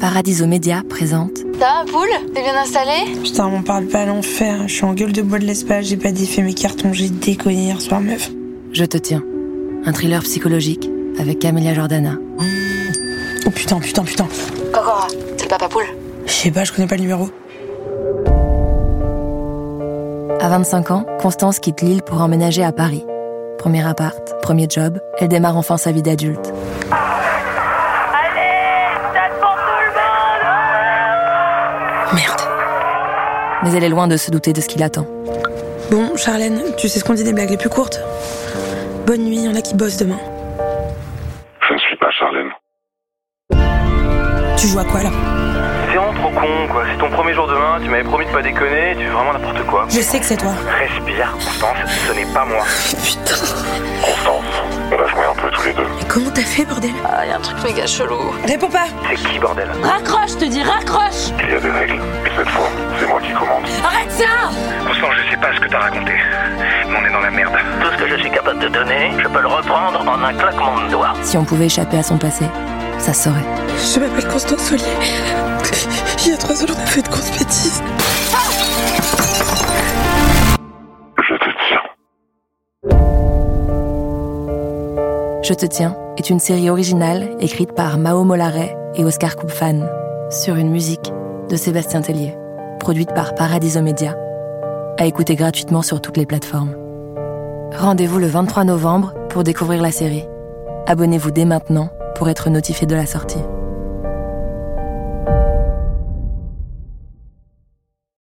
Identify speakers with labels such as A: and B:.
A: Paradiso Média présente
B: Ça va, poule T'es bien installée
C: Putain, on parle pas à l'enfer. Je suis en gueule de bois de l'espace, j'ai pas défait mes cartons, j'ai déconné hier soir, meuf.
A: Je te tiens, un thriller psychologique avec Camélia Jordana.
C: Oh putain, putain, putain.
B: Cocora, c'est le papa poule.
C: Je sais pas, je connais pas le numéro.
A: À 25 ans, Constance quitte Lille pour emménager à Paris. Premier appart, premier job, elle démarre enfin sa vie d'adulte.
D: Allez, ça pour tout le hein monde
C: Merde.
A: Mais elle est loin de se douter de ce qui l'attend.
C: Bon, Charlène, tu sais ce qu'on dit des blagues les plus courtes Bonne nuit, y'en a qui bossent demain.
E: Je ne suis pas Charlène.
C: Tu joues à quoi là
F: C'est vraiment trop con, quoi. C'est ton premier jour demain, tu m'avais promis de pas déconner, tu fais vraiment n'importe quoi.
C: Je sais que c'est toi.
F: Respire, Constance, ce n'est pas moi.
C: Putain,
E: Constance, on va jouer un peu tous les deux.
C: mais comment t'as fait, bordel
B: Ah, y a un truc méga chelou.
C: Réponds pas
F: C'est qui, bordel
B: Raccroche, je te dis, raccroche
E: Il y a des règles. Et cette fois, c'est moi qui commande.
B: Arrête ça
F: Constance, je sais pas ce que t'as raconté, mais on est dans la merde. Tout ce que je suis capable de donner, je peux le reprendre en un claquement de doigts.
A: Si on pouvait échapper à son passé, ça saurait.
C: Je m'appelle Constance Solier. Il y a trois ans, on a fait de grosses bêtises.
E: Je te tiens.
A: Je te tiens est une série originale écrite par Mao Mollaret et Oscar Koupfan sur une musique de Sébastien Tellier, produite par Paradiso Media, à écouter gratuitement sur toutes les plateformes. Rendez-vous le 23 novembre pour découvrir la série. Abonnez-vous dès maintenant pour être notifié de la sortie.